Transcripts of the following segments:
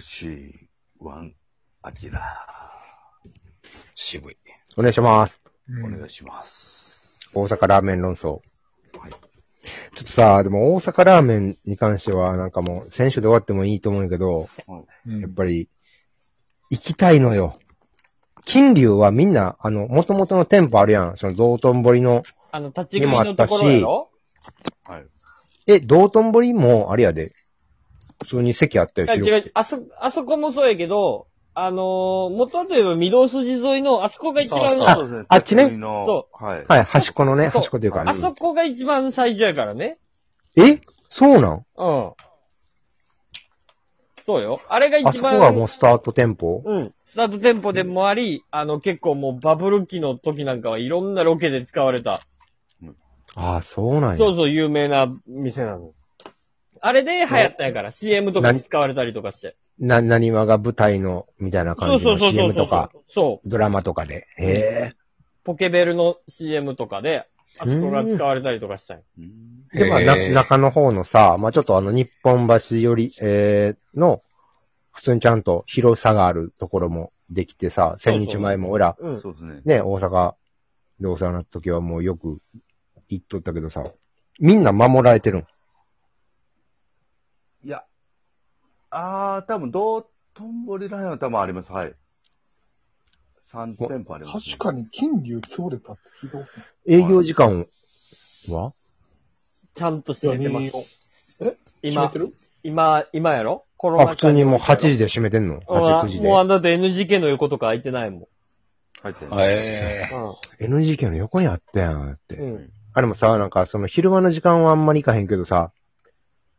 4MC1 アキラ。渋い。お願いします。おうん願いします。大阪ラーメン論争。はい。ちょっとさ、でも大阪ラーメンに関しては、なんかもう、選手で終わってもいいと思うんやけど、うんやっぱり、行きたいのよ。金龍はみんな、あの、元々の店舗あるやん。その道頓堀の。あの、立ち食いのところやろはい。え、道頓堀もあれやで。普通に席あったいよや、広く違う、あそ、あそこもそうやけど、あのー、元はといえば御堂筋沿いの、あそこが一番、そうあそうですねあっちね手首のそはい。はい、端っこのね、そう端っこというか。あそこが一番最初やからね。えそうなんうん。そうよ。あれがあ一そこが番、もうスタート店舗うん。スタート店舗でもあり、あの、結構もうバブル期の時なんかはいろんなロケで使われた、ああ、そうなんや。そうそう有名な店なの。あれで流行ったんやから、CM とかに使われたりとかして。な、何話が舞台の、みたいなそ感うじそのうそうそう CM そとうか、。そう。ドラマとかで。へポケベルの CM とかで、あそこが使われたりとかしたんようんえ。で、まあ、なへー中の方のさ、まあちょっとあの、日本橋より、えー、の、普通にちゃんと広さがあるところもできてさ、そう千日前も俺ら、うん。そうですね。ね、大阪でお世話になった時はもうよく行っとったけどさ、みんな守られてるん。いや、あー、多分、道頓堀ラインは多分あります。はい。3店舗あります、確かに金龍潰れたって聞いたこ営業時間はちゃんとと閉めてなまいす。。閉め今て、る今、今やろコロナあ、禍普通にもうにおい8てや時ろで閉めてんの ?8、9時うんでも。うあんだって NGK の横とか空いてないもん。入ってるええ NGK の横にあったやんって。うん。うん。あれもさ、なんか、その昼間の時間はあんまり行かへんけどさ、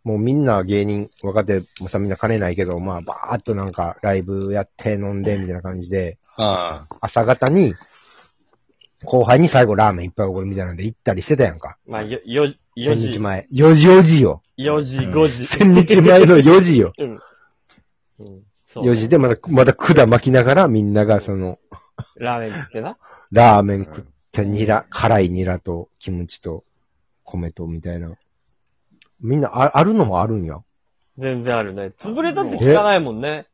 もうみんな芸人、若手もさ、みんな金ないけど、まあ、ばーっとなんか、ライブやって飲んで、みたいな感じで、あ朝方に、後輩に最後ラーメンいっぱいおごるみたいなんで行ったりしてたやんか。まあ、よ、よ、4千時日。前。4時、4時よ。 4時、5時。千日前の4時よ。うん。うん。 そうね4時でまだ、まだ管巻きながらみんながその、ラーメン食ってな。ラーメン食ってニラ、辛いニラとキムチと米とみたいな。みんなあ、あるのもあるんや。全然あるね。潰れたって聞かないもんね。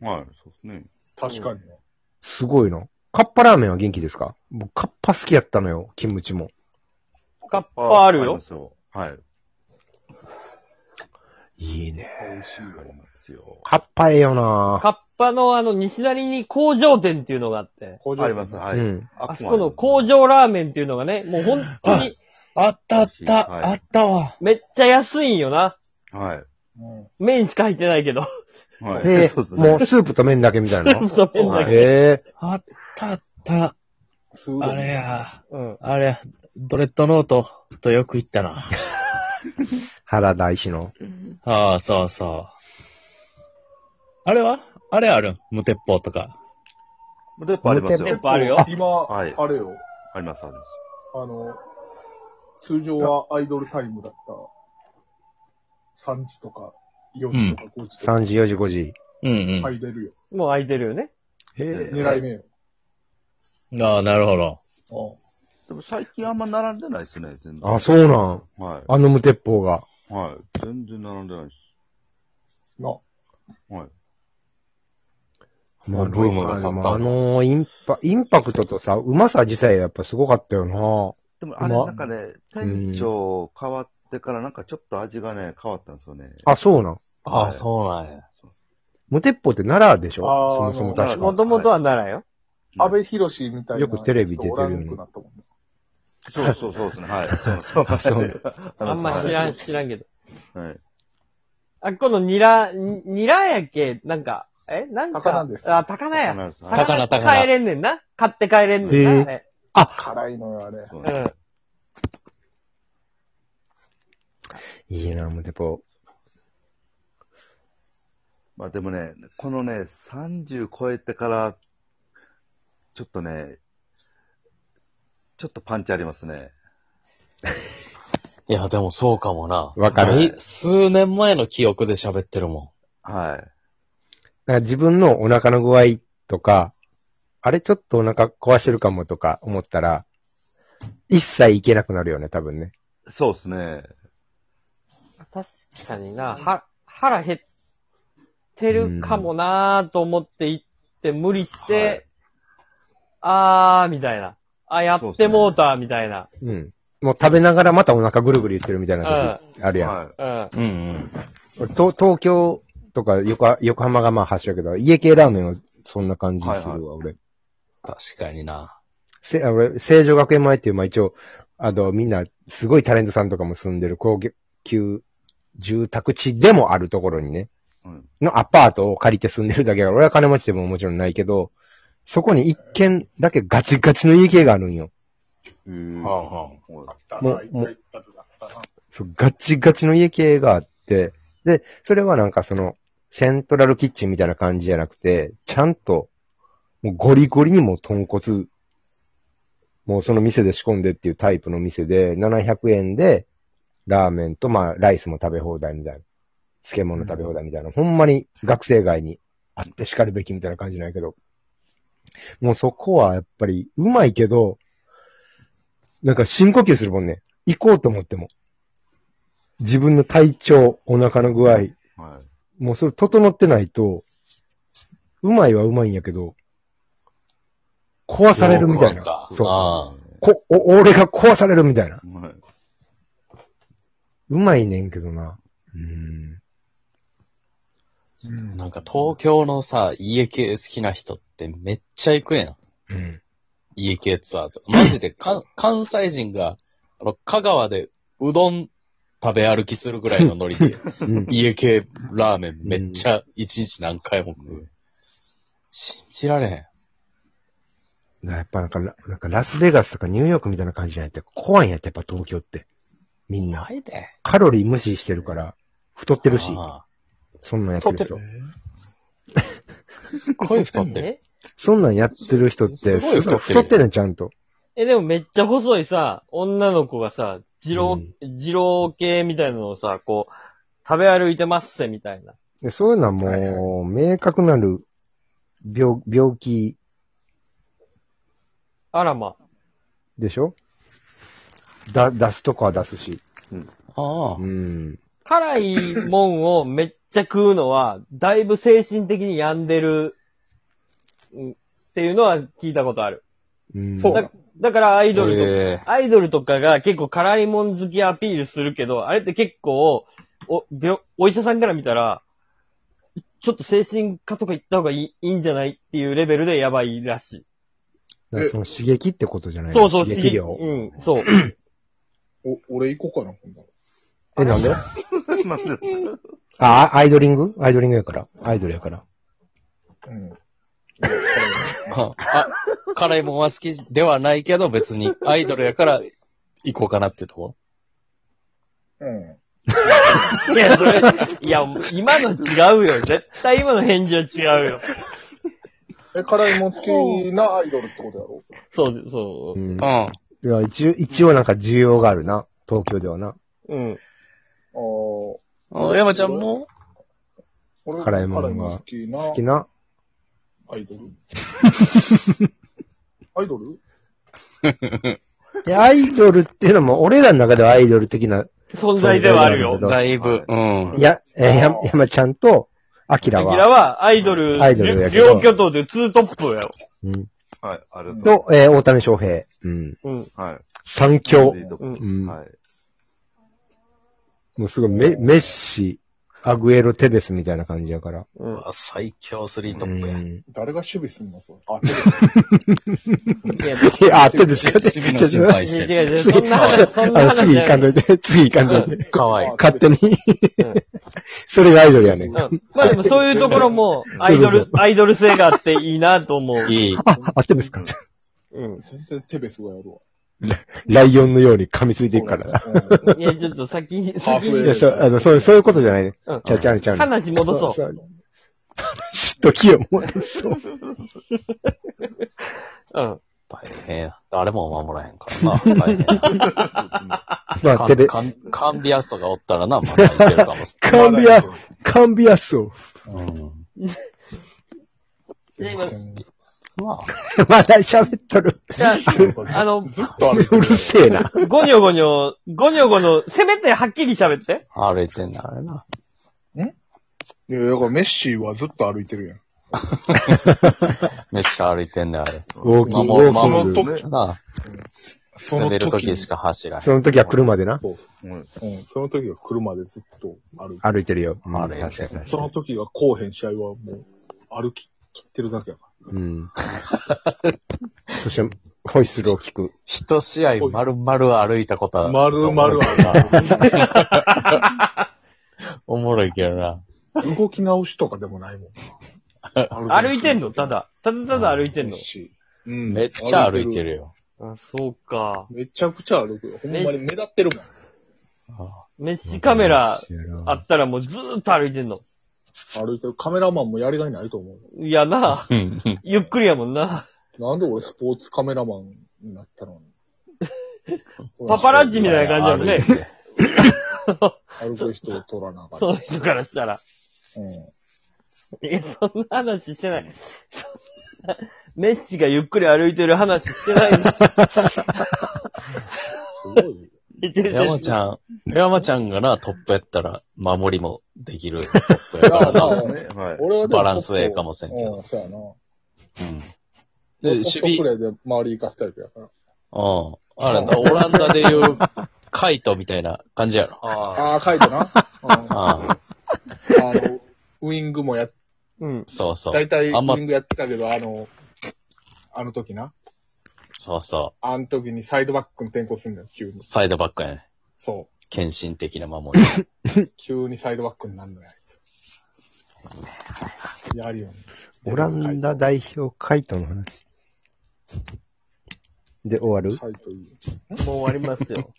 はい、そうですね。確かに。すごいな。カッパラーメンは元気ですか僕、カッパ好きやったのよ、キムチも。カッパあるりまよ。すよ。はい。いいね。美味しいありますよ。カッパええよなカッパのあの、西成に工場店っていうのがあって。工場あります、はい。うん。あそこの工場ラーメンっていうのがね、もう本当にあったあった、はいあったわ。めっちゃ安いんよな。はうん麺しか入ってないけど。い。はい。で、そうですねもうスープと麺だけみたいなの。 そう麺だけ。ええあったあった。すごいあれや、うん。あれや、ドレッドノートとよく言ったな。原大師の。ああ、そうそう。あれはあれあるん無鉄砲とか。 で、あります店よ。舗あるよ。今、はいあれよ。あります、あります。あの、通常はアイドルタイムだった3時とか4時とか5時とか3時、4時、5時。うん入れるよ。もう空いてるよね。へうん狙い目よ。うん。ああ、なるほど。うでも最近あんま並んでないですね、全然。あ、そうなん。はあの無鉄砲が。い。はい。全然並んでないです。んな、はい。まあ、ブームが去ったまああのーインパ、インパクトとさ、うまさ自体やっぱすごかったよなでもあれ、まあなんかね、店長変わってからなんかちょっと味がね、変わったんですよね。あ、そうなん。ああ、そうなんや。無鉄砲って奈良でしょあーそもそもあの確もか。ともとは奈良よ。安倍博士みたいな。よくテレビ出てるよねおらんくなったもんねそうそうそうですね。はい。そうあそうあんま知らん、知らんけど。ん。はい。あ、このニラ、にニラやっけなんか、えなんか。高菜ですあ、高菜や。必ずはい高菜高菜買えれんねんな。買って帰れんねんへなーあれ。辛いのよ、あれ。そううん。いいな無鉄砲。まあでもね、このね、30超えてから、ちょっとね、ちょっとパンチありますね。いや、でもそうかもな。わかるだい数年前の記憶で喋ってるもはい。なんか自分のお腹の具合とか、あれちょっとお腹壊してるかもとか思ったら、一切いけなくなるよね、多分ね。そうですね。確かにな。は、腹減ってるかもなーと思って行って、無理しはてい、あー、みたいな。あ、やそうっですてねもうた、みたいな。うん。もう食べながらまたお腹ぐるぐる言ってるみたいな時あるやん。はうん。うんうん。俺東東京とか横は横浜がまあ発祥やけど、家系ラーメンはそんな感じするわ、はい俺。確かにな。せ、あ俺、成城学園前っていう、まあ一応、あの、みんな、すごいタレントさんとかも住んでる高級住宅地でもあるところにね、うんのアパートを借りて住んでるだけだから、俺は金持ちでももちろんないけど、そこに一軒だけガチガチの家系があるんよ。い。うんはあはあったもな、う行った行ったとかあったな。そう、ガチガチの家系があって、で、それはなんかその、セントラルキッチンみたいな感じじゃなくて、ちゃんと、もうゴリゴリにもう豚骨、もうその店で仕込んでっていうタイプの店で、700円で、ラーメンと、まあ、ライスも食べ放題みたいな。漬物食べ放題みたいな。ほんまに学生街にあってしかるべきみたいな感じなんやけど。もうそこはやっぱり、うまいけど、なんか深呼吸するもんね。行こうと思っても。自分の体調、お腹の具合、はい。もうそれ整ってないと、うまいはうまいんやけど、壊されるみたいな。そうかそう。あこお俺が壊されるみたいな。うまい。うまいねんけどな。うん。あ。なんか東京のさ、家系好きな人ってめっちゃ行くやん。うん。家系ツアーとか。マジでか、関西人が、あの、香川でうどん食べ歩きするぐらいのノリで、うん。 家系ラーメンめっちゃ一日何回も食う。信じられへん。やっぱなんかラ、なんかラスベガスとかニューヨークみたいな感じじゃないって、怖いんやって、やっぱ東京って。みんな。ないで。カロリー無視してるから、太ってるし、あそんなんやってる太人。あすっごい太 ってる。えそんなんやってる人って、すごい太ってる太ってるね、ちゃんと。え、でもめっちゃ細いさ、女の子がさ、二郎、二郎系みたいなのをさ、こう、食べ歩いてますせみたいな。でそういうのはもう、明確なる病病気あらま。でしょだ、出すとこは出すし。ああう。ん。辛いもんをめっちゃ食うのは、だいぶ精神的に病んでる、うんっていうのは聞いたことある。うん、そうだだからアイドルとか、えアイドルとかが結構辛いもん好きアピールするけど、あれって結構、お、病、お医者さんから見たら、ちょっと精神科とか行った方がいいいいんじゃないっていうレベルでやばいらしい。だからその刺激ってことじゃないそうそう、刺激量。うん、そう。お、俺行こうかな、ほんなら。え、なんでなんであ、アイドリングアイドリングやから。アイドルやから。うん。ああ辛いもんは好きではないけど、別にアイドルやから行こうかなってとこうん。いや、それ、いや、今の違うよ。絶対今の返事は違うよ。え、辛いもん好きなアイドルってことやろそう、そうん。うだかん。ら一応、一応なんか需要があるな。東京ではな。う。うん。あーお山ちゃんも俺辛いもんが辛好きな好きな。アイ ドルアイドルで、アイドルっていうのも、俺らの中ではアイドル的な、存在ではあるそよう。だだいぶ、うん。や、えーや、山ちゃんと、アキラアキは、ラはアイドル、アイドルやけど両巨頭でツートップやろ。うん、 はい、あれと。と、えー大谷翔平。うん。うん。はい。三強。う。うんうん。はい。もうすごいメ、メッシ、アグエロ、テベスみたいな感じやから。うん。あ最強スリートうップや。ん。誰が守備すんのそれ。あ、いや、いや、あ、テベスし違う守ちょ備の心配してる。違う違う、そんな話、そんなあの、話次じ行かゃんない。といて、次行かんといて。かわいい。勝手に。 それがアイドルやねん。うん、 まあでもそういうところも、アイドル、アイドル性があっていいなと思う。 いい。あ、あ、テベスか。うん。全然テベスがやるわ。ライオンのように噛みついていくから。うん。いや、ちょっと先に、ハー先フウいにェや、そう、あの、そう、そういうことじゃないね。うんちゃうちゃうちゃう。話戻そう。う。ちょっと気を戻そう。うん。大変や。誰も守らへんからな。大変や。まカあ、ンテベ、カンカンビアストがおったらな、まだいけるかもしカンビア、カンビアソれない。うん。で今まあ、ー。 まだ喋っとる。じゃあ、あの、うるせえな。ゴニョゴニョ、ゴニョゴニョ、せめてはっきり喋って。歩いてんな、あれな。いや、だからメッシはずっと歩いてるやん。めっちゃ歩いてんねん、あれ。ウォーキング、まあウォまあーキング。ねなあ、そ住んのでる時にしか走らへん。その時は車でな、そうう。んうん。その時は車でずっと歩いて歩いてるよ。うんあれやつやその時はこうへん試合はもう歩き切ってるだけやかうん。そして、ホイッスルを聞く。一試合丸々歩いたことは。ら。丸々歩いてる。 おもろいけどな。動き直しとかでもないもん。歩いてんのただ。ただただ歩いてんの。うんめっちゃ歩いて。るよ。あ、そうか。めちゃくちゃ歩くよ。ほんまに目立ってるもん。メッシカメラああったらもうずーっと歩いてんの。歩いてる。カメラマンもやりがいないと思う。いやな、うんゆっくりやもんな。なんで俺スポーツカメラマンになったの パパラッチみたいな感じやもんね。歩いて歩く人を撮らなあかそっの人からしたら。た。ういや、そんな話してない。そんなメッシがゆっくり歩いてる話してないの。ん。すごい。山ちゃん、山ちゃんがな、トップやったら、守りもできるトップやから あな。あねはい。俺はでもバランスええかもせんけどうん、そうやな。うんで、で、守守備。備、プうん。レーで周り行かせたりやから。あれ、オランダでいう、カイトみたいな感じやろ。ああ。ああ、書いてな。うんあああ、の、ウィングもやっ、うん。そうそ大う。体ウあんまィングやってたけど、あの、あの時な。そうそあの時にサイドバックに転向すんのよ、急にう。。サイドバックやね。そ献身的な守り。う。急にサイドバックになるのよ、あいつやるよね。オランダ代表、カイトの話。で、終わるカイトいい。もう終わりますよ。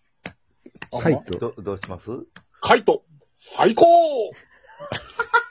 あカイト。ど、どうしますカイト最高